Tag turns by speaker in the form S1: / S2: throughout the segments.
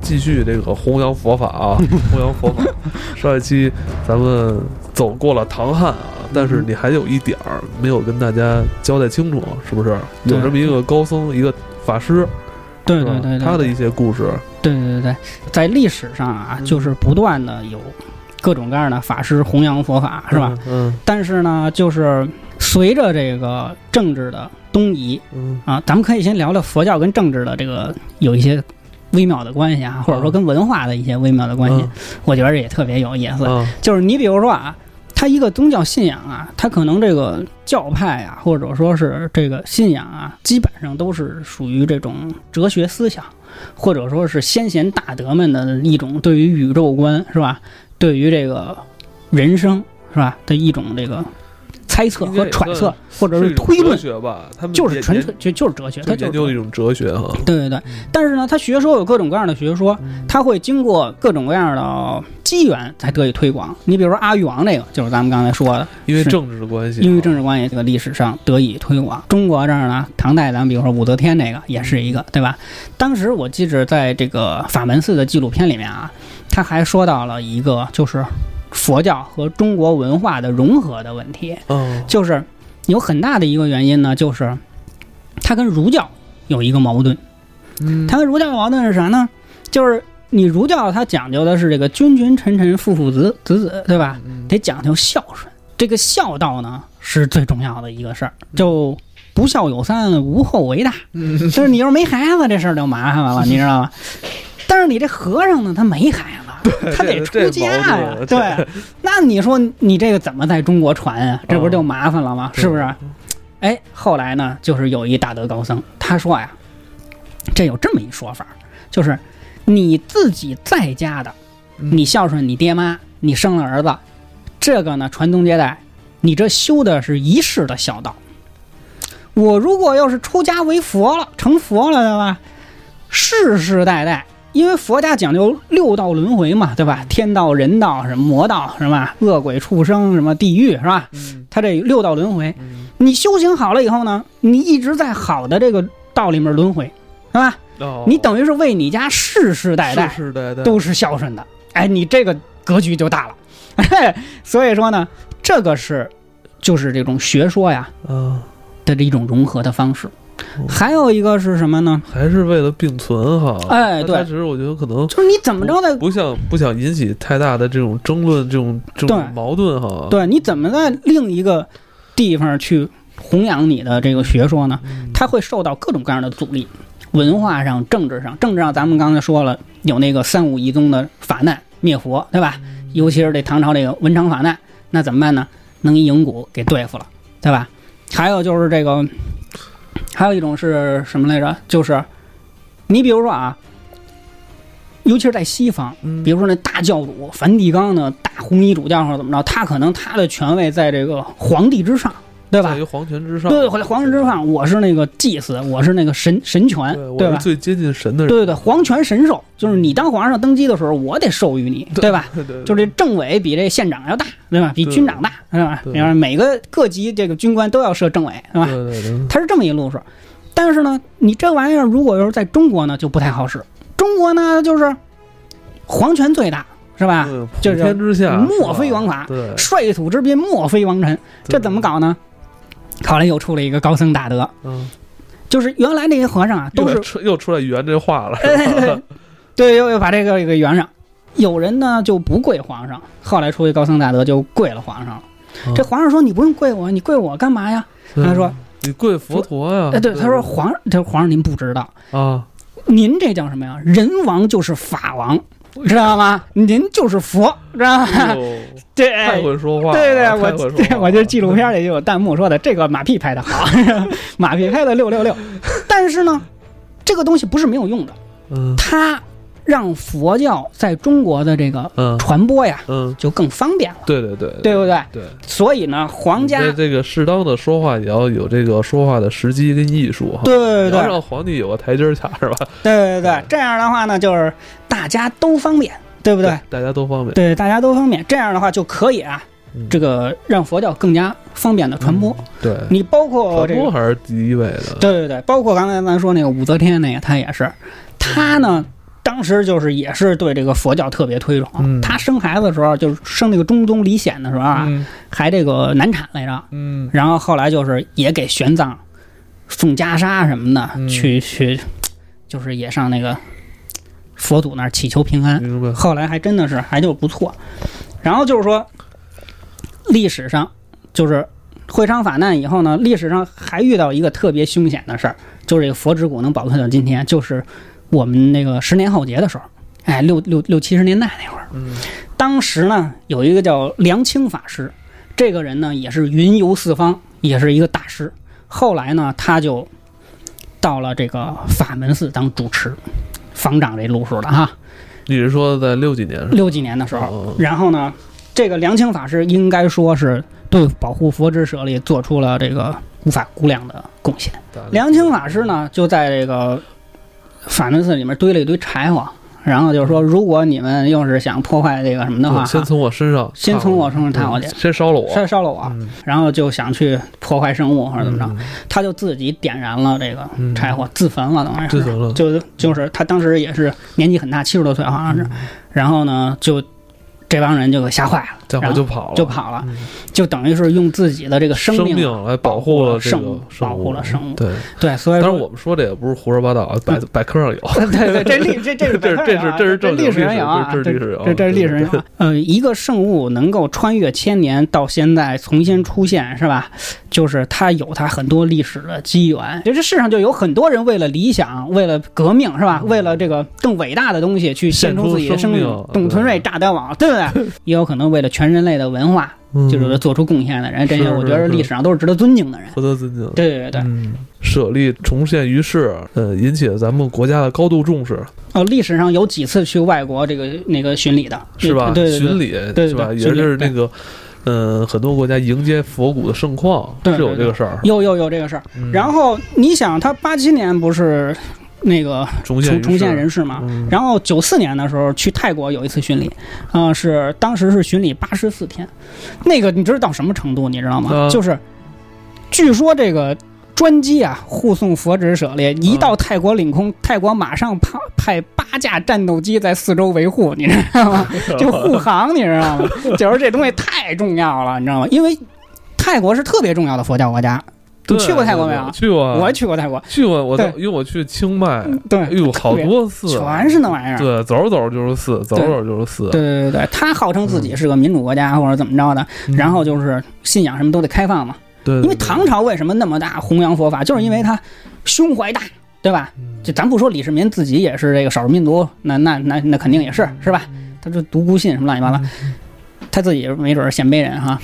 S1: 继续这个弘扬佛法 啊，弘扬佛法。上一期咱们走过了唐汉啊，但是你还有一点儿没有跟大家交代清楚，是不是？
S2: 对
S1: 有这么一个高僧，一个法师，
S2: 对
S1: 是吧
S2: 对对，对
S1: 他的一些故事，
S2: 对对对对，在历史上啊，
S1: 嗯
S2: 就是不断的有各种各样的法师弘扬佛法，是吧？？
S1: 嗯
S2: 但是呢，就是随着这个政治的东移
S1: 嗯
S2: 啊，咱们可以先聊聊佛教跟政治的这个有一些微妙的关系啊，或者
S1: 嗯
S2: 说跟文化的一些微妙的关系，我觉得也特别有意思。
S1: 啊，
S2: 就是你比如说啊，他一个宗教信仰啊，他可能这个教派啊，或者说是这个信仰啊，基本上都是属于这种哲学思想，或者说是先贤大德们的一种对于宇宙观是吧？对于这个人生是吧的一种这个猜测和揣测，或者
S1: 是
S2: 是
S1: 一种
S2: 推
S1: 哲
S2: 论，
S1: 学吧，他们
S2: 就是
S1: 也
S2: 纯
S1: 研
S2: 粹就就是哲学，
S1: 就
S2: 它就是
S1: 研究的一种哲学哈。
S2: 对对对，但是呢，它学说有各种各样的学说，它会经过各种各样的机缘才得以推广。你比如说阿育王这个，就是咱们刚才说的，
S1: 因为
S2: 是
S1: 政治的关系啊，
S2: 因为政治关系这个历史上得以推广。中国这儿呢，唐代咱们比如说武则天这个也是一个，对吧？当时我记着在这个法门寺的纪录片里面啊，他还说到了一个就是佛教和中国文化的融合的问题，
S1: 嗯
S2: 就是有很大的一个原因呢，就是它跟儒教有一个矛盾。
S1: 嗯
S2: 它跟儒教的矛盾是啥呢？就是你儒教它讲究的是这个君君臣臣父父子子子，对吧？
S1: 嗯
S2: 得讲究孝顺，这个孝道呢是最重要的一个事儿，就不孝有三，无后为大。
S1: 嗯
S2: 就是你要是没孩子，这事儿就麻 烦了，你知道吗？但是你这和尚呢，他没孩子，他得出家
S1: 这这
S2: 呀、
S1: 矛盾啊
S2: 对，那你说你这个怎么在中国传啊？这不
S1: 哦
S2: 是就麻烦了
S1: 嗯
S2: 吗？是不是？哎，后来呢，就是有一大德高僧，他说呀，这有这么一说法，就是你自己在家的，
S1: 嗯
S2: 你孝顺你爹妈，你生了儿子，这个呢传宗接代，你这修的是一世的孝道。我如果要是出家为佛了，成佛了，对吧？世世代代，因为佛家讲究六道轮回嘛，对吧？天道、人道、什么魔道，什么恶鬼、畜生，什么地狱，是吧？
S1: 嗯
S2: 它这六道轮回，
S1: 嗯
S2: 你修行好了以后呢，你一直在好的这个道里面轮回，是吧？
S1: 哦
S2: 你等于是为你家世世代代
S1: 世世代代
S2: 都是孝顺的。哎，你这个格局就大了。 所以说呢，这个是就是这种学说呀
S1: 啊，
S2: 的这一种融合的方式
S1: 哦。
S2: 还有一个是什么呢？
S1: 还是为了并存哈。
S2: 哎对
S1: 他只是我觉得可能
S2: 就是你怎么着在
S1: 不想不想引起太大的这种争论，这种这
S2: 对
S1: 种矛盾哈。
S2: 对你怎么在另一个地方去弘扬你的这个学说呢？
S1: 嗯，
S2: 它会受到各种各样的阻力，文化上、政治上，政治上咱们刚才说了，有那个三武一宗的法难灭佛，对吧？尤其是这唐朝这个文昌法难，那怎么办呢？能以营鼓给对付了，对吧？还有就是这个，还有一种是什么来着？就是你比如说啊，尤其是在西方，
S1: 嗯
S2: 比如说那大教主梵蒂冈的大红衣主教或者怎么着，他可能他的权位在这个皇帝之上，对吧
S1: 在于？皇权之上，
S2: 对，对皇室之上，我是那个祭司，我是那个神神权
S1: 对，，
S2: 对
S1: 我
S2: 吧
S1: 是？最接近神的
S2: 对
S1: 人，
S2: 对对，皇权神授，就是你当皇上登基的时候，我得授予你，对吧？
S1: 对对，
S2: 就这政委比这县长要大，对吧？比
S1: 对
S2: 军长大，对吧？
S1: 对
S2: 你看每个各级这个军官都要设政委，对吧？
S1: 对对对，
S2: 啊它是这么一路数。但是呢，你这玩意儿如果要是在中国呢，就不太好使。中国呢，就是皇权最大，是吧？
S1: 对普
S2: 啊就是
S1: 天之下
S2: 莫非
S1: 是吧
S2: 王法
S1: 对，
S2: 率土之滨，莫非王臣。这
S1: 对
S2: 怎么？搞呢？后来又出了一个高僧大德，
S1: 嗯，
S2: 就是原来那些和尚啊，都
S1: 又
S2: 是
S1: 来出又出来圆这 话了，
S2: 对，又又把这个给圆上。有人呢就不跪皇上，后来出一高僧大德就跪了皇上了。
S1: 嗯
S2: 这皇上说：“你不用跪我，你跪我干嘛呀？”他说
S1: 你跪佛陀呀，
S2: 哎，对，他说皇上，这皇上您不知道，
S1: 啊，
S2: 您这叫什么呀？人王就是法王，知道吗？您就是佛，知道
S1: 哎
S2: 吗？
S1: 呦
S2: 对，
S1: 太会说话了，
S2: 对对，
S1: 太会
S2: 我
S1: 说话
S2: 对
S1: 了
S2: 我就纪录片里就有弹幕说的，这个马屁拍的好， 马屁拍的六六六。但是呢，这个东西不是没有用的，
S1: 嗯
S2: 它让佛教在中国的这个
S1: 嗯
S2: 传播呀，
S1: 嗯，
S2: 就更方便了，
S1: 对对对
S2: 对不对？
S1: 对，
S2: 所以呢，皇家
S1: 对这个适当的说话也要有这个说话的时机跟艺术哈，
S2: 对对
S1: 你要
S2: 对
S1: 让皇帝有个台阶下是吧？
S2: 对对对，这样的话呢，就是大家都方便，对不对？，
S1: 大家都方便，
S2: 对，大家都方便，这样的话就可以啊，
S1: 嗯
S2: 这个让佛教更加方便的传播。
S1: 对，
S2: 你包括这
S1: 传播
S2: 个
S1: 还是第一位的，
S2: 对对对，包括刚才咱说那个武则天那个，她也是，她呢当当时就是也是对这个佛教特别推崇。
S1: 嗯
S2: 他生孩子的时候，就是生那个中宗李显的时候啊，
S1: 嗯
S2: 还这个难产来着。
S1: 嗯
S2: 然后后来就是也给玄奘送袈裟什么的，
S1: 嗯
S2: 去去，就是也上那个佛祖那儿祈求平安。
S1: 明白，
S2: 后来还真的是还就不错。然后就是说，历史上就是会昌法难以后呢，历史上还遇到一个特别凶险的事儿，就是这个佛指骨能保存到今天，就是我们那个十年浩劫的时候，哎，六六六七十年代那会儿，
S1: 嗯
S2: 当时呢有一个叫梁清法师，这个人呢也是云游四方，也是一个大师。后来呢，他就到了这个法门寺当主持，方丈这路数了哈。
S1: 你是说在六几年是吧？
S2: 六几年的时候，
S1: 哦
S2: 然后呢，这个梁清法师应该说是对保护佛之舍利做出了这个无法估量的贡献。
S1: 嗯
S2: 梁清法师？呢，就在这个法门寺里面堆了一堆柴火，然后就是说，如果你们要是想破坏这个什么的话，
S1: 嗯先从我身上踏过去，
S2: 先从我身上踏过去
S1: 嗯先烧了我，
S2: 烧烧了我，
S1: 嗯
S2: 然后就想去破坏圣物或者怎么着，
S1: 嗯
S2: 他就自己点燃了这个
S1: 嗯
S2: 柴火，自焚了，等于
S1: 自
S2: 是。
S1: 责了，
S2: 就就是他当时也是年纪很大，七十多岁好像
S1: 嗯
S2: 是，然后呢，就这帮人就给吓坏了，
S1: 家
S2: 然
S1: 伙
S2: 后
S1: 就跑了，
S2: 就跑了
S1: 嗯，
S2: 就等于是用自己的这个生命，
S1: 命来
S2: 保
S1: 保
S2: 护
S1: 护
S2: 了
S1: 了这
S2: 生
S1: 个
S2: 物
S1: 生
S2: 保护了生物
S1: 对，
S2: 对，嗯所以
S1: 当然
S2: 说。
S1: 我们说这也不是胡说八道啊，百百科上有。
S2: 对对，这 历这这是
S1: 这是这是
S2: 啊这
S1: 这是正经
S2: 历史原由啊，
S1: 这是历史
S2: 这这是历史
S1: 原
S2: 原
S1: 由
S2: 由啊。呃，一个圣物能够穿越千年到现在重新出现，是吧？就是它有它很多历史的机缘。就这世上就有很多人为了理想，为了革命，是吧？为了这个更伟大的东西去献出自己的生命
S1: 嗯献出生。命
S2: 董存瑞、炸碉堡，对 不对？也有可能为了全人类的文化，
S1: 嗯
S2: 就是做出贡献的人。这些
S1: 是
S2: 我觉得
S1: 是
S2: 历史上都是值得尊敬的人。
S1: 何德尊敬。
S2: 对对对对。
S1: 嗯，舍利重现于世，呃，引起了咱们国家的高度重视，
S2: 哦，历史上有几次去外国这个那个巡礼的，
S1: 是吧？
S2: 对对对
S1: 巡礼
S2: 对
S1: 是吧？
S2: 对
S1: 也
S2: 巡礼
S1: 是
S2: 对
S1: 那个，嗯，很多国家迎接佛骨的盛况
S2: 对
S1: 是有
S2: 对
S1: 这
S2: 对
S1: 个事儿。
S2: 有有有这个事儿。
S1: 嗯
S2: 然后你想，他八七年不是那个
S1: 重现
S2: 重
S1: 于
S2: 重
S1: 世
S2: 现人事嘛？
S1: 嗯
S2: 然后九四年的时候去泰国有一次巡礼，啊、是当时是巡礼八十四天，那个你知道到什么程度你知道吗？
S1: 嗯
S2: 就是据说这个专机啊护送佛指舍利一到泰国领空，泰国马上派派八架战斗机在四周维护，你知 道吗？就护航，你知道吗？就是这东西太重要了，你知道吗？因为泰国是特别重要的佛教国家， 你
S1: 对
S2: 去过泰国没有
S1: 对对去过啊，
S2: 我去过泰国，
S1: 去过，我
S2: 对嗯
S1: 到因为我去清迈，
S2: 对
S1: 哎，呦，好
S2: 别
S1: 多寺，啊
S2: 全是那玩意儿。
S1: 对，走着走着就是寺，走着走着就是寺。
S2: 对对对对，他号称自己是个民主国家或者怎么着的，
S1: 嗯
S2: 然后就是信仰什么都得开放嘛。
S1: 对，对
S2: 因为
S1: 对
S2: 唐朝为什么那么大弘扬佛法，就是因为他胸怀大，对吧？
S1: 嗯
S2: 就咱不说李世民自己也是这个少数民族，那那那那肯定也是，
S1: 嗯
S2: 是吧？他就独孤信什么乱七八糟，他自己没准是鲜卑人 哈，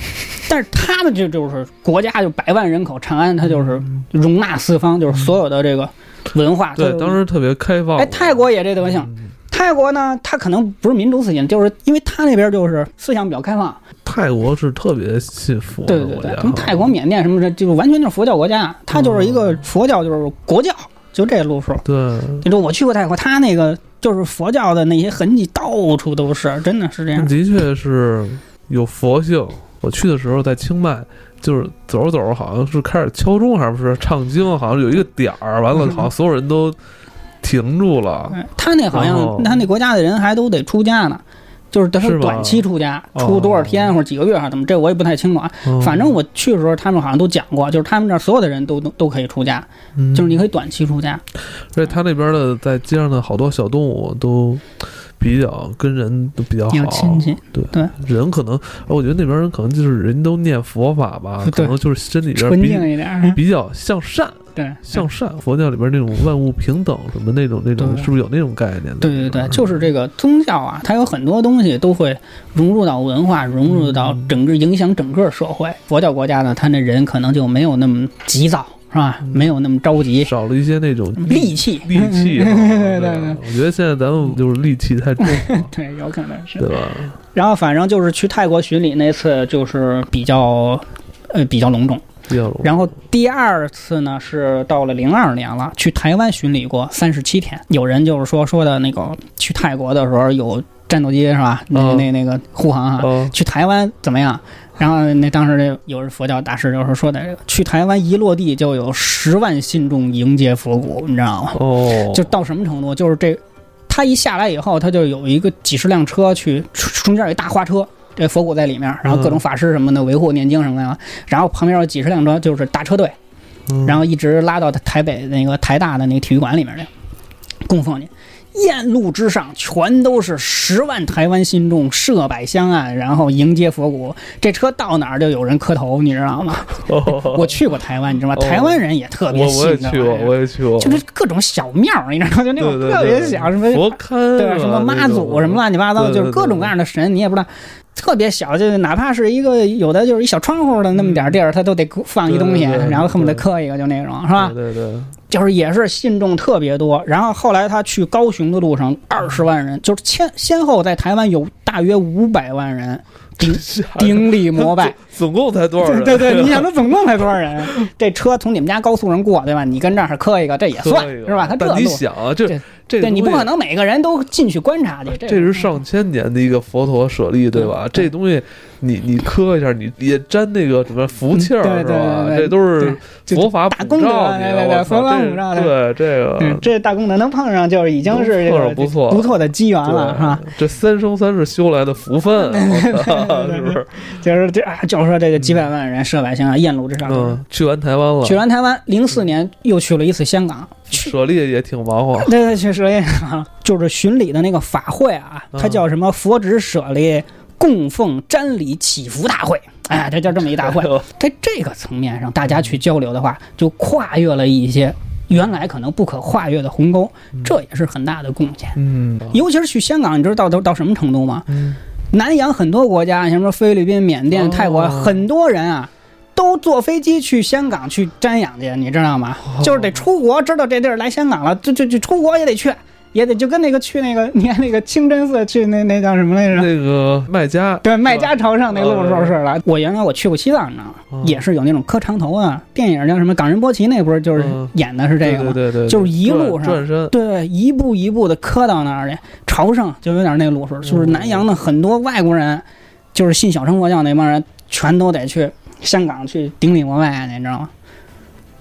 S2: 但是他们这就是国家就百万人口，长安它就是容纳四方，就是所有的这个文化。
S1: 嗯对，当时特别开放。
S2: 哎，泰国也这德行，
S1: 嗯
S2: 泰国呢，它可能不是民族思想，就是因为它那边就是思想比较开放，
S1: 泰国是特别信佛
S2: 对
S1: 的
S2: 对
S1: 国
S2: 对
S1: 家
S2: 对，
S1: 啊，
S2: 什么泰国、缅甸什么的，就是完全就是佛教国家，它就是一个佛教就是国教，就这路数。
S1: 对，
S2: 你说我去过泰国，它那个就是佛教的那些痕迹到处都是，真的是这样。
S1: 的确是有佛性。我去的时候在清迈，就是走着走着，好像是开始敲钟，还不是唱经，好像有一个点儿，完了，
S2: 嗯
S1: 好像所有人都停住了。
S2: 哎他那好
S1: 然
S2: 像
S1: 后
S2: 他那国家的人还都得出家呢，就是他
S1: 是
S2: 是
S1: 吗
S2: 短期出家，
S1: 哦
S2: 出多少天或者几个月还是怎么，这我也不太清楚啊。
S1: 嗯
S2: 反正我去的时候，他们好像都讲过，就是他们这儿所有的人都都都可以出家，就是你，可以短期出家。
S1: 嗯所以嗯他那边的在街上的好多小动物都比较跟人都比较
S2: 比较
S1: 好，
S2: 亲近，
S1: 对
S2: 对
S1: 人可能，我觉得那边人可能就是人都念佛法吧，可
S2: 对
S1: 能就是身体这
S2: 纯净
S1: 比
S2: 一点儿，
S1: 比较向善，
S2: 对，
S1: 向善。佛教里边那种万物平等什么那种那种，
S2: 对
S1: 是不是有那种概念？
S2: 对对对，就是这个宗教啊，它有很多东西都会融入到文化，融入到
S1: 嗯
S2: 整个影响整个社会。佛教国家呢，他那人可能就没有那么急躁，是吧？没有那么着急，
S1: 少了一些那种
S2: 戾气，
S1: 嗯戾 气啊。
S2: 对
S1: 对
S2: 对对，
S1: 啊，我觉得现在咱们就是戾气太重了
S2: 对，有可能是。
S1: 对吧？
S2: 然后反正就是去泰国巡礼那次，就是比较。呃，比较隆重。
S1: 比较
S2: 然后第二次呢，是到了零二年了，去台湾巡礼过三十七天。有人就是说说的那个，去泰国的时候有战斗机是吧？那
S1: 嗯
S2: 那那个护航啊，
S1: 啊，
S2: 去台湾怎么样？然后那当时这有人佛教大师就是说的，去台湾一落地就有十万信众迎接佛骨，你知道吗？
S1: 哦，
S2: 就到什么程度？就是这他一下来以后，他就有一个几十辆车去，中中间有一大花车，这佛骨在里面，然后各种法师什么的维护念经什么的，然后旁边有几十辆车，就是大车队，
S1: 嗯
S2: 然后一直拉到台北那个台大的那个体育馆里面去供奉去。沿路之上全都是十万台湾信众设摆香案，然后迎接佛骨。这车到哪儿就有人磕头，你知道吗？我去过台湾，你知道吗？
S1: 哦
S2: 台湾人也特别
S1: 我
S2: 信
S1: 我也
S2: 这
S1: 去
S2: 玩
S1: 过，
S2: 意儿
S1: 我也去过，
S2: 就是各种小庙儿，你知道吗？就那种
S1: 对对
S2: 特别
S1: 对
S2: 小什么
S1: 佛龛啊，
S2: 对什么妈祖什么乱七八糟，
S1: 对对
S2: 就是各种各样的神，你也不知道。特别小，就是哪怕是一个有的就是一小窗户的那么点儿地儿，它都得放一东西，
S1: 嗯对对对对
S2: 然后恨不得磕一个，就那种是
S1: 那
S2: 吧
S1: 种，？对对对，
S2: 就是也是信众特别多。然后后来他去高雄的路上，二十万人，就是先先后在台湾有大约五百万人
S1: 哎
S2: 顶顶礼 膜拜。
S1: 总共才多少人？啊
S2: 对对 对，你想他总共才多少人？这车从你们家高速上过，对吧？你跟这儿磕一个，这也
S1: 可以
S2: 算
S1: 了
S2: 是吧？他这
S1: 但你
S2: 路，
S1: 想啊，这
S2: 这
S1: 这
S2: 对你不
S1: 东西
S2: 可能每个人都进去观察去，
S1: 这
S2: 这
S1: 是上千年的一个佛陀舍利，对吧？
S2: 对
S1: 这东西你你磕一下，你也沾那个什么福气儿，
S2: 嗯对对
S1: 是吧？
S2: 对对
S1: 这都是
S2: 对
S1: 佛法普
S2: 就
S1: 照
S2: 就大功德啊
S1: 你
S2: 对对
S1: 的，
S2: 对
S1: 我
S2: 佛法
S1: 操，
S2: 普照
S1: 这对这
S2: 嗯
S1: 个
S2: 这大功能能碰上，就是已经是
S1: 碰上不错
S2: 不错的机缘了，是吧？
S1: 对，这三生三世修来的福 分，我操，
S2: 对对
S1: 是不是？
S2: 就是这啊，就是说这个几百万人设百香啊，沿路之上。
S1: 嗯，去完台湾了
S2: 去，完台湾，零四年又去了一次香港，
S1: 嗯
S2: 去
S1: 舍利也挺忙活，
S2: 对对，确实也啊，就是巡礼的那个法会啊，它
S1: 嗯
S2: 叫什么佛指舍利供奉瞻礼祈福大会，哎，它叫这么一 大会。在这个层面上，大家去交流的话，就跨越了一些原来可能不可跨越的鸿沟，这也是很大的贡献。
S1: 嗯
S2: 尤其是去香港，你知道到到什么程度吗？
S1: 嗯，
S2: 南洋很多国家，像什么菲律宾、缅甸、
S1: 哦
S2: 泰国，很多人啊。都坐飞机去香港去瞻仰去，你知道吗？
S1: 哦
S2: 就是得出国，知道这地儿来香港了，就就就出国也得去，也得就跟那个去那个，你看那个清真寺去那那叫什么来着？
S1: 那个卖家
S2: 对，麦加朝圣那路
S1: 哦
S2: 就是了。我原来我去过西藏，你知道吗？
S1: 哦
S2: 也是有那种磕长头啊，电影叫什么《冈仁波齐》，那不是就是
S1: 嗯
S2: 演的是这个
S1: 对
S2: 吗？
S1: 对对对，
S2: 就是一路上
S1: 转转身，
S2: 对，一步一步的磕到那儿去，朝圣就有点那路数，就是南洋的很多外国人，就是信小乘佛教那帮人，全都得去香港去顶礼膜拜，你知道吗？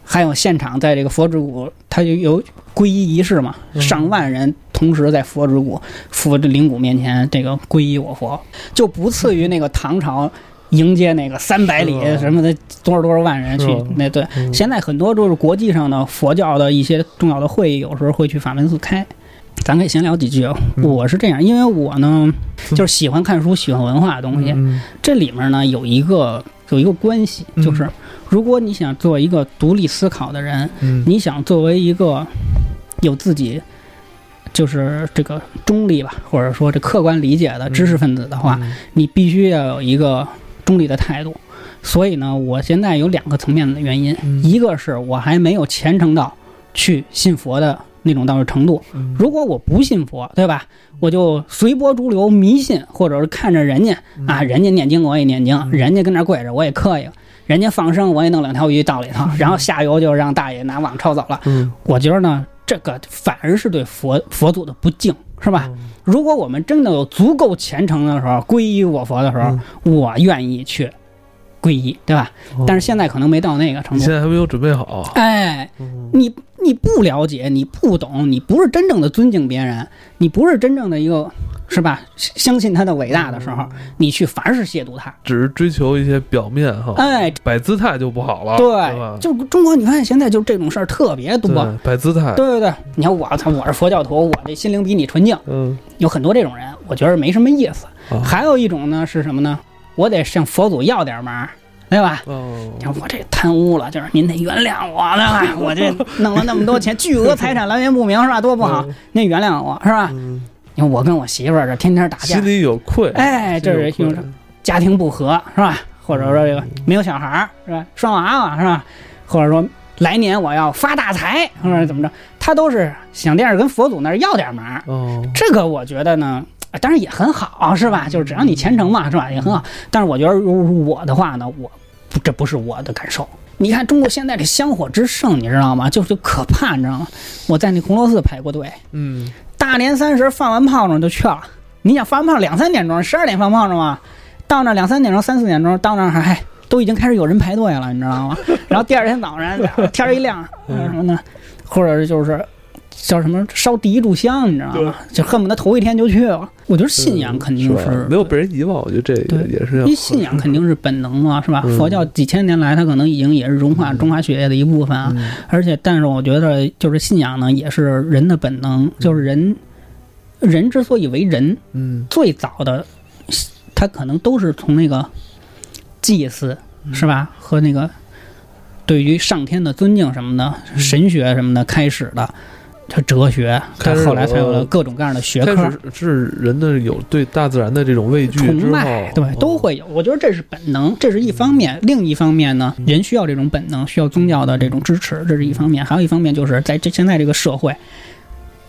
S2: 还有现场在这个佛指谷，它就有皈依仪式嘛，
S1: 嗯
S2: 上万人同时在佛指谷、佛的灵骨面前这个皈依我佛，就不次于那个唐朝迎接那个三百里
S1: 是吧
S2: 什么的多少多少万人去
S1: 是吧
S2: 那对。
S1: 嗯
S2: 现在很多就是国际上的佛教的一些重要的会议，有时候会去法门寺开。咱可以闲聊几句啊。
S1: 嗯
S2: 我是这样，因为我呢就是喜欢看书，喜欢文化的东西。
S1: 嗯
S2: 这里面呢有一个有一个关系，
S1: 嗯
S2: 就是如果你想做一个独立思考的人，
S1: 嗯
S2: 你想作为一个有自己就是这个中立吧，或者说这客观理解的知识分子的话，，嗯你必须要有一个中立的态度。所以呢，我现在有两个层面的原因，
S1: 嗯
S2: 一个是我还没有虔诚到去信佛的那种到程度。
S1: 嗯
S2: 如果我不信佛，对吧？我就随波逐流、迷信，或者是看着人家
S1: 嗯
S2: 啊，人家念经我也念经，人家跟那儿跪着我也磕一个，人家放生我也弄两条鱼到里头，然后下游就让大爷拿网抄走了。
S1: 嗯
S2: 我觉得呢，这个反而是对佛佛祖的不敬，是吧？
S1: 嗯
S2: 如果我们真的有足够虔诚的时候，皈依我佛的时候，我愿意去皈依，对吧？
S1: 嗯哦
S2: 但是现在可能没到那个程
S1: 你
S2: 度
S1: 现。在还没有准备好，
S2: 哎，
S1: 嗯
S2: 你你不了解，你不懂，你不是真正的尊敬别人，你不是真正的一个是吧？相信他的伟大的时候，你去凡是亵渎他，
S1: 只是追求一些表面哈，
S2: 哎，
S1: 摆姿态就不好了，哦对吧
S2: 对，？就中国，你发现现在就这种事儿特别多。
S1: 对摆姿态，
S2: 对对对，你看我操，我是佛教徒，我这心灵比你纯净，
S1: 嗯，
S2: 有很多这种人，我觉得没什么意思。
S1: 啊
S2: 还有一种呢是什么呢？我得向佛祖要点忙，对吧？
S1: 哦
S2: 你，看我这贪污了，就是您得原谅我，对吧？我这弄了那么多钱， 巨额财产来源不明，是吧？多不好
S1: 嗯，
S2: 您原谅我，是吧？
S1: 嗯
S2: 你看我跟我媳妇儿这天天打架
S1: 心，里有愧，
S2: 哎，这是
S1: 心
S2: 就
S1: 里有
S2: 是
S1: 愧嗯
S2: 家庭不和，是吧？或者说这个没有小孩儿，是吧？双娃娃，是吧？或者说来年我要发大财，或者怎么着，他都是想这样跟佛祖那儿要点忙。
S1: 哦，
S2: 这个我觉得呢，啊当然也很好，是
S1: 嗯
S2: 吧？就是只要你虔诚嘛，是吧？也很好。但是我觉得如果是我的话呢，我不这不是我的感受。你看中国现在这香火之盛，你知道吗？就就可怕，你知道吗？我在那红螺寺排过队，
S1: 嗯，
S2: 大年三十放完炮仗就去了。你想放完炮两三点钟，十二点放炮仗嘛，到那两三点钟、三四点钟到那儿还、哎、都已经开始有人排队 了，你知道吗？然后第二天早上天儿一亮，呃
S1: 嗯
S2: 什么呢？或者就是叫什么烧第一炷香，你知道吗？就恨不得头一天就去了。我觉得信仰肯定
S1: 是吧没有被人遗忘，我觉得这
S2: 对
S1: 也也是要
S2: 因为信仰肯定是本能嘛，是吧？
S1: 嗯
S2: 佛教几千年来，它可能已经也是融化中华血液的一部分啊。
S1: 嗯
S2: 而且，但是我觉得，就是信仰呢，也是人的本能，就是人，人之所以为人，
S1: 嗯
S2: 最早的，他可能都是从那个祭祀，
S1: 嗯
S2: 是吧？和那个对于上天的尊敬什么
S1: 嗯
S2: 的，神学什么的开始的，就哲学，
S1: 开
S2: 到
S1: 始有
S2: 后来才有了各种各样的学
S1: 开
S2: 科。
S1: 始是人的有对大自然的这种畏惧之
S2: 崇
S1: 后嗯
S2: 拜，，对，都会有。我觉得这是本能，这是一方面。另一方面呢，
S1: 嗯
S2: 人需要这种本能，需要宗教的这种支持，这是一方面。还有一方面就是在这现在这个社会，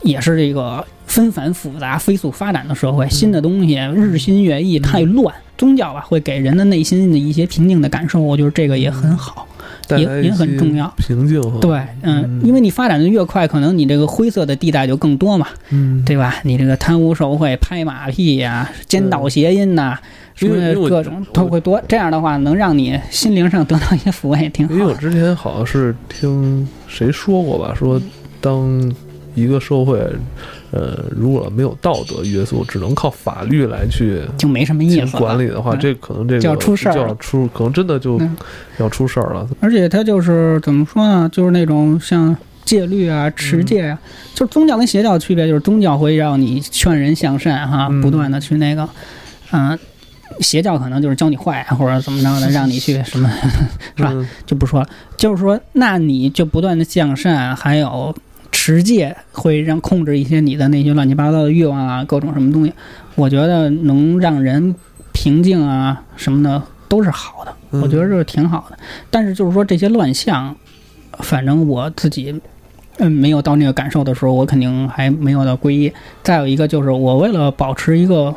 S2: 也是这个纷繁复杂、飞速发展的社
S1: 嗯
S2: 会，新的东西日新月异，太乱。宗教吧，啊会给人的内心的一些平静的感受，我觉得这个也很好，
S1: 嗯带
S2: 也
S1: 来一
S2: 也很
S1: 些
S2: 重要。
S1: 平静和，
S2: 对，嗯
S1: 嗯，
S2: 因为你发展的越快，可能你这个灰色的地带就更多嘛，
S1: 嗯，
S2: 对吧？你这个贪污受贿、拍马屁呀、颠倒谐音呐、
S1: 嗯
S2: 什
S1: 因
S2: 么
S1: 为因为我
S2: 各种都会多。这样的话，能让你心灵上得到一些抚慰，也挺
S1: 因为
S2: 好
S1: 我
S2: 的。
S1: 之前好像是听谁说过吧，说当一个社会，呃，如果没有道德约束，只能靠法律来去
S2: 就没什么意
S1: 去
S2: 思
S1: 管
S2: 了。
S1: 理的话，
S2: 嗯
S1: 这可能这个
S2: 就要出事儿
S1: 就要
S2: 了
S1: 出，可能真的就
S2: 嗯
S1: 要出事儿了。
S2: 而且它就是怎么说呢？就是那种像戒律啊、持戒
S1: 嗯
S2: 啊，就是宗教跟邪教的区别，就是宗教会让你劝人向善哈，
S1: 嗯
S2: 不断的去那个，嗯、邪教可能就是教你坏啊，或者怎么着 的，让你去什么，是吧
S1: 嗯
S2: 就不说了。就是说，那你就不断的向善，还有持戒，会让控制一些你的那些乱七八糟的欲望啊，各种什么东西。我觉得能让人平静啊什么的都是好的，
S1: 嗯
S2: 我觉得这是挺好的。但是就是说这些乱象，反正我自己。嗯，没有到那个感受的时候，我肯定还没有到皈依。再有一个就是，我为了保持一个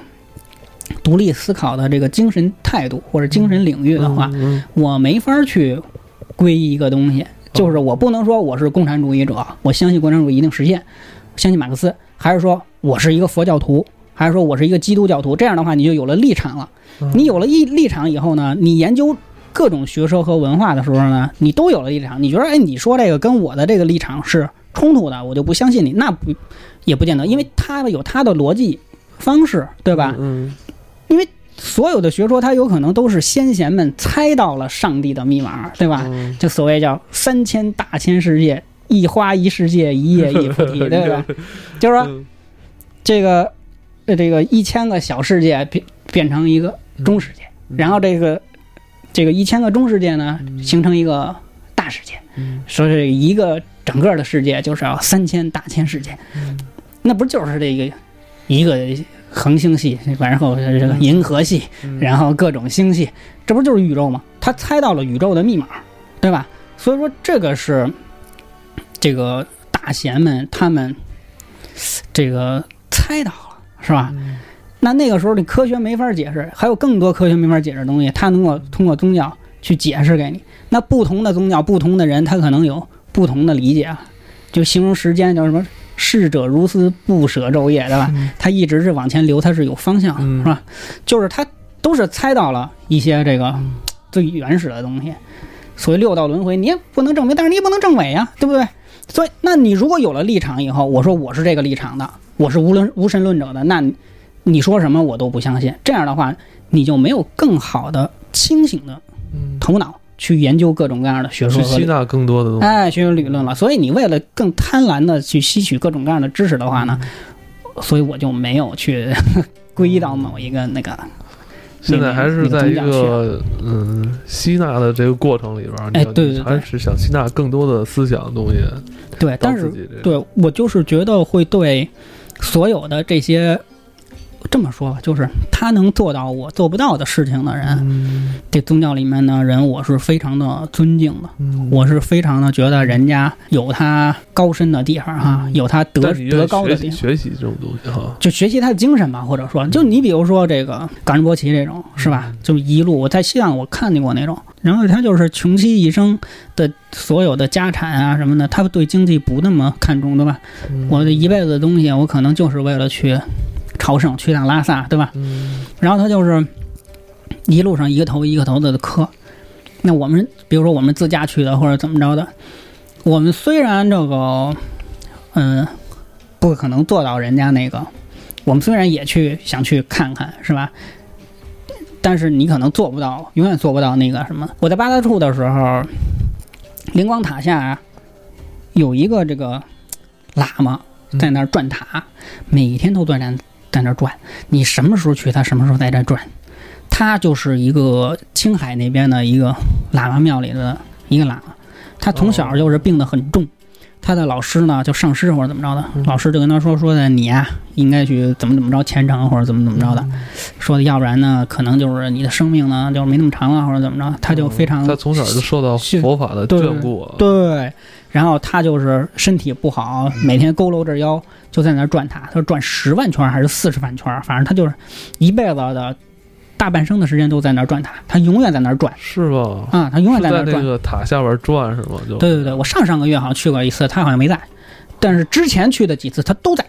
S2: 独立思考的这个精神态度或者精神领域的话，
S1: 嗯
S2: 我没法儿去归一个东西，就是我不能说我是共产主义者，我相信共产主义一定实现，相信马克思，还是说我是一个佛教徒，还是说我是一个基督教徒？这样的话，你就有了立场了。
S1: 嗯
S2: 你有了一立场以后呢，你研究各种学说和文化的时候呢，你都有了立场。你觉得，哎，你说这个跟我的这个立场是冲突的，我就不相信你。那不也不见得，因为他有他的逻辑方式，对吧？
S1: 嗯，
S2: 所有的学说，它有可能都是先贤们猜到了上帝的密码，对吧？
S1: 嗯
S2: 就所谓叫三千大千世界，一花一世界，一叶一菩 提，对吧？就是说
S1: 嗯
S2: 这个呃这个一千个小世界变变成一个中世界，然后这个这个一千个中世界呢，形成一个大世界。
S1: 嗯
S2: 说这一个整个的世界就是要三千大千世界，
S1: 嗯
S2: 那不就是这个一个恒星系，然后这个银河系，
S1: 嗯
S2: 然后各种星系，这不就是宇宙吗？他猜到了宇宙的密码，对吧？所以说这个是这个大贤们他们这个猜到了，是吧？
S1: 嗯
S2: 那那个时候你科学没法解释，还有更多科学没法解释的东西，它能够通过宗教去解释给你。那不同的宗教、不同的人，他可能有不同的理解啊。就形容时间叫什么“逝者如斯，不舍昼夜”，对 吧？它一直是往前流，它是有方向的，
S1: 嗯
S2: 是吧？就是它都是猜到了一些这个
S1: 嗯
S2: 最原始的东西。所谓六道轮回，你也不能证明，但是你也不能证伪呀，对不对？所以，那你如果有了立场以后，我说我是这个立场的，我是无论无神论者的，那你你说什么我都不相信。这样的话，你就没有更好的清醒的
S1: 嗯
S2: 头脑去研究各种各样的学
S1: 去
S2: 说和
S1: 吸纳更多的东西，
S2: 哎，学有理论了。所以你为了更贪婪的去吸取各种各样的知识的话呢，所以我就没有去 皈依到某一个那个。
S1: 现在还是在一
S2: 那个宗教
S1: 个嗯吸纳的这个过程里边儿，你
S2: 啊哎
S1: 要
S2: 对对对
S1: 还是想吸纳更多的思想的东西
S2: 对，
S1: 到
S2: 但
S1: 自
S2: 是
S1: 己这。
S2: 对我就是觉得会对所有的这些。这么说吧，就是他能做到我做不到的事情的人，
S1: 嗯，
S2: 这宗教里面的人，我是非常的尊敬的，
S1: 嗯
S2: 我是非常的觉得人家有他高深的地方哈，
S1: 嗯
S2: 有他德
S1: 但是你愿
S2: 德
S1: 意
S2: 高的
S1: 学习
S2: 地方。
S1: 学习这种东西哈，
S2: 就学习他的精神吧，或者说，就你比如说这个冈仁波齐这种，是吧？就一路我在西藏我看见过那种，然后他就是穷其一生的所有的家产啊什么的，他对经济不那么看重，对吧？
S1: 嗯
S2: 我的一辈子的东西，我可能就是为了去朝圣，去趟拉萨，对吧？
S1: 嗯
S2: 然后他就是一路上一个头一个头的磕。那我们比如说我们自驾去的或者怎么着的，我们虽然这个嗯、嗯，不可能做到人家那个。我们虽然也去想去看看，是吧？但是你可能做不到，永远做不到那个什么。我在八大处的时候，灵光塔下有一个这个喇嘛在那儿转塔，每天都在那在那儿转。你什么时候去，他什么时候在这儿转。他就是一个青海那边的一个喇嘛庙里的一个喇嘛，他从小就是病得很重，他的老师呢就上师或者怎么着
S1: 嗯
S2: 的，老师就跟他说说的你呀、应该去怎么怎么着虔诚或者怎么怎么着的，
S1: 嗯
S2: 说的要不然呢可能就是你的生命呢就是没那么长了或者怎么着，他就非常
S1: 嗯他从小就受到
S2: 信
S1: 佛法的
S2: 对
S1: 眷顾啊，
S2: 对，然后他就是身体不好，每天佝偻着腰就在那儿转塔，他说转十万圈儿还是四十万圈儿，反正他就是一辈子的大半生的时间都在那儿转塔，他永远在那儿转
S1: 是吧？
S2: 啊，他永远
S1: 是
S2: 在那
S1: 在
S2: 儿
S1: 那
S2: 转。
S1: 个塔下边转是吗？就
S2: 对对对，我上上个月好像去过一次，他好像没在，但是之前去的几次他都在，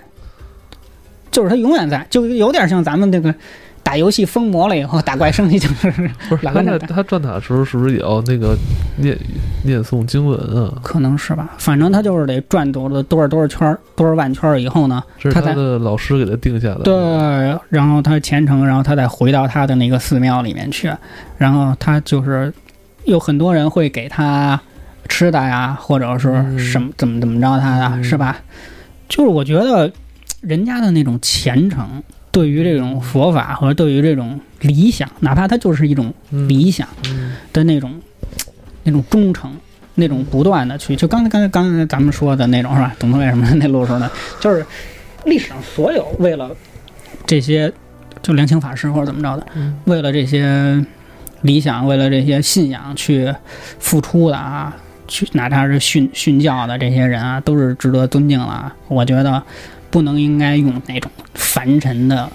S2: 就是他永远在，就有点像咱们那个打游戏疯魔了以后打怪升级就是
S1: 不是他
S2: 老跟
S1: 在
S2: 着
S1: 他转塔的时候是不是也要那个念念诵经文啊？
S2: 可能是吧，反正他就是得转多了多少多少圈儿多少万圈儿以后呢，
S1: 这是
S2: 他
S1: 他
S2: 在
S1: 的老师给他定下的。
S2: 对，然后他虔诚，然后他再回到他的那个寺庙里面去，然后他就是有很多人会给他吃的呀，或者是什么、怎么怎么着他的、啊
S1: 嗯
S2: 是吧？就是我觉得人家的那种虔诚，对于这种佛法和对于这种理想，哪怕它就是一种
S1: 嗯，
S2: 理想
S1: 嗯
S2: 的那种、那种忠诚。那种不断的去，就刚才刚才刚才咱们说的那种是吧？懂得为什么那路数呢？就是历史上所有为了这些，就良清法师或者怎么着的，
S1: 嗯
S2: 为了这些理想，为了这些信仰去付出的啊，去哪怕是殉殉教的这些人啊，都是值得尊敬的啊。我觉得不能应该用那种凡尘的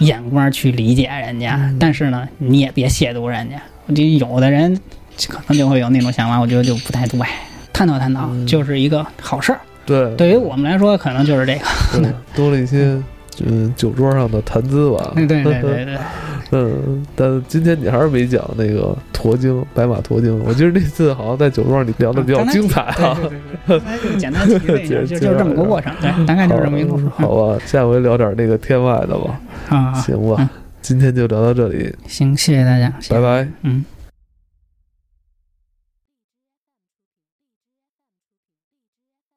S2: 眼光去理解人家，
S1: 嗯
S2: 但是呢，你也别亵渎人家。我觉得有的人可能就会有那种想法，我觉得就不太对。探讨探讨
S1: 嗯
S2: 就是一个好事儿，
S1: 对
S2: 对于我们来说，可能就是这个。
S1: 对， 多了一些嗯酒桌上的谈资吧。
S2: 对对对对对，
S1: 嗯，但今天你还是没讲那个驮经，白马驮经。我记得那次好像在酒桌上你聊的比较精彩啊。
S2: 对对对对，就简单提了一下，就就是这么个过程，对，大 概就是这么一个过程。
S1: 好吧，下回聊点那个天外的吧，
S2: 啊，好好
S1: 行吧
S2: 嗯？
S1: 今天就聊到这里，
S2: 行，谢谢大家，谢
S1: 拜
S2: 谢
S1: 拜。
S2: 嗯。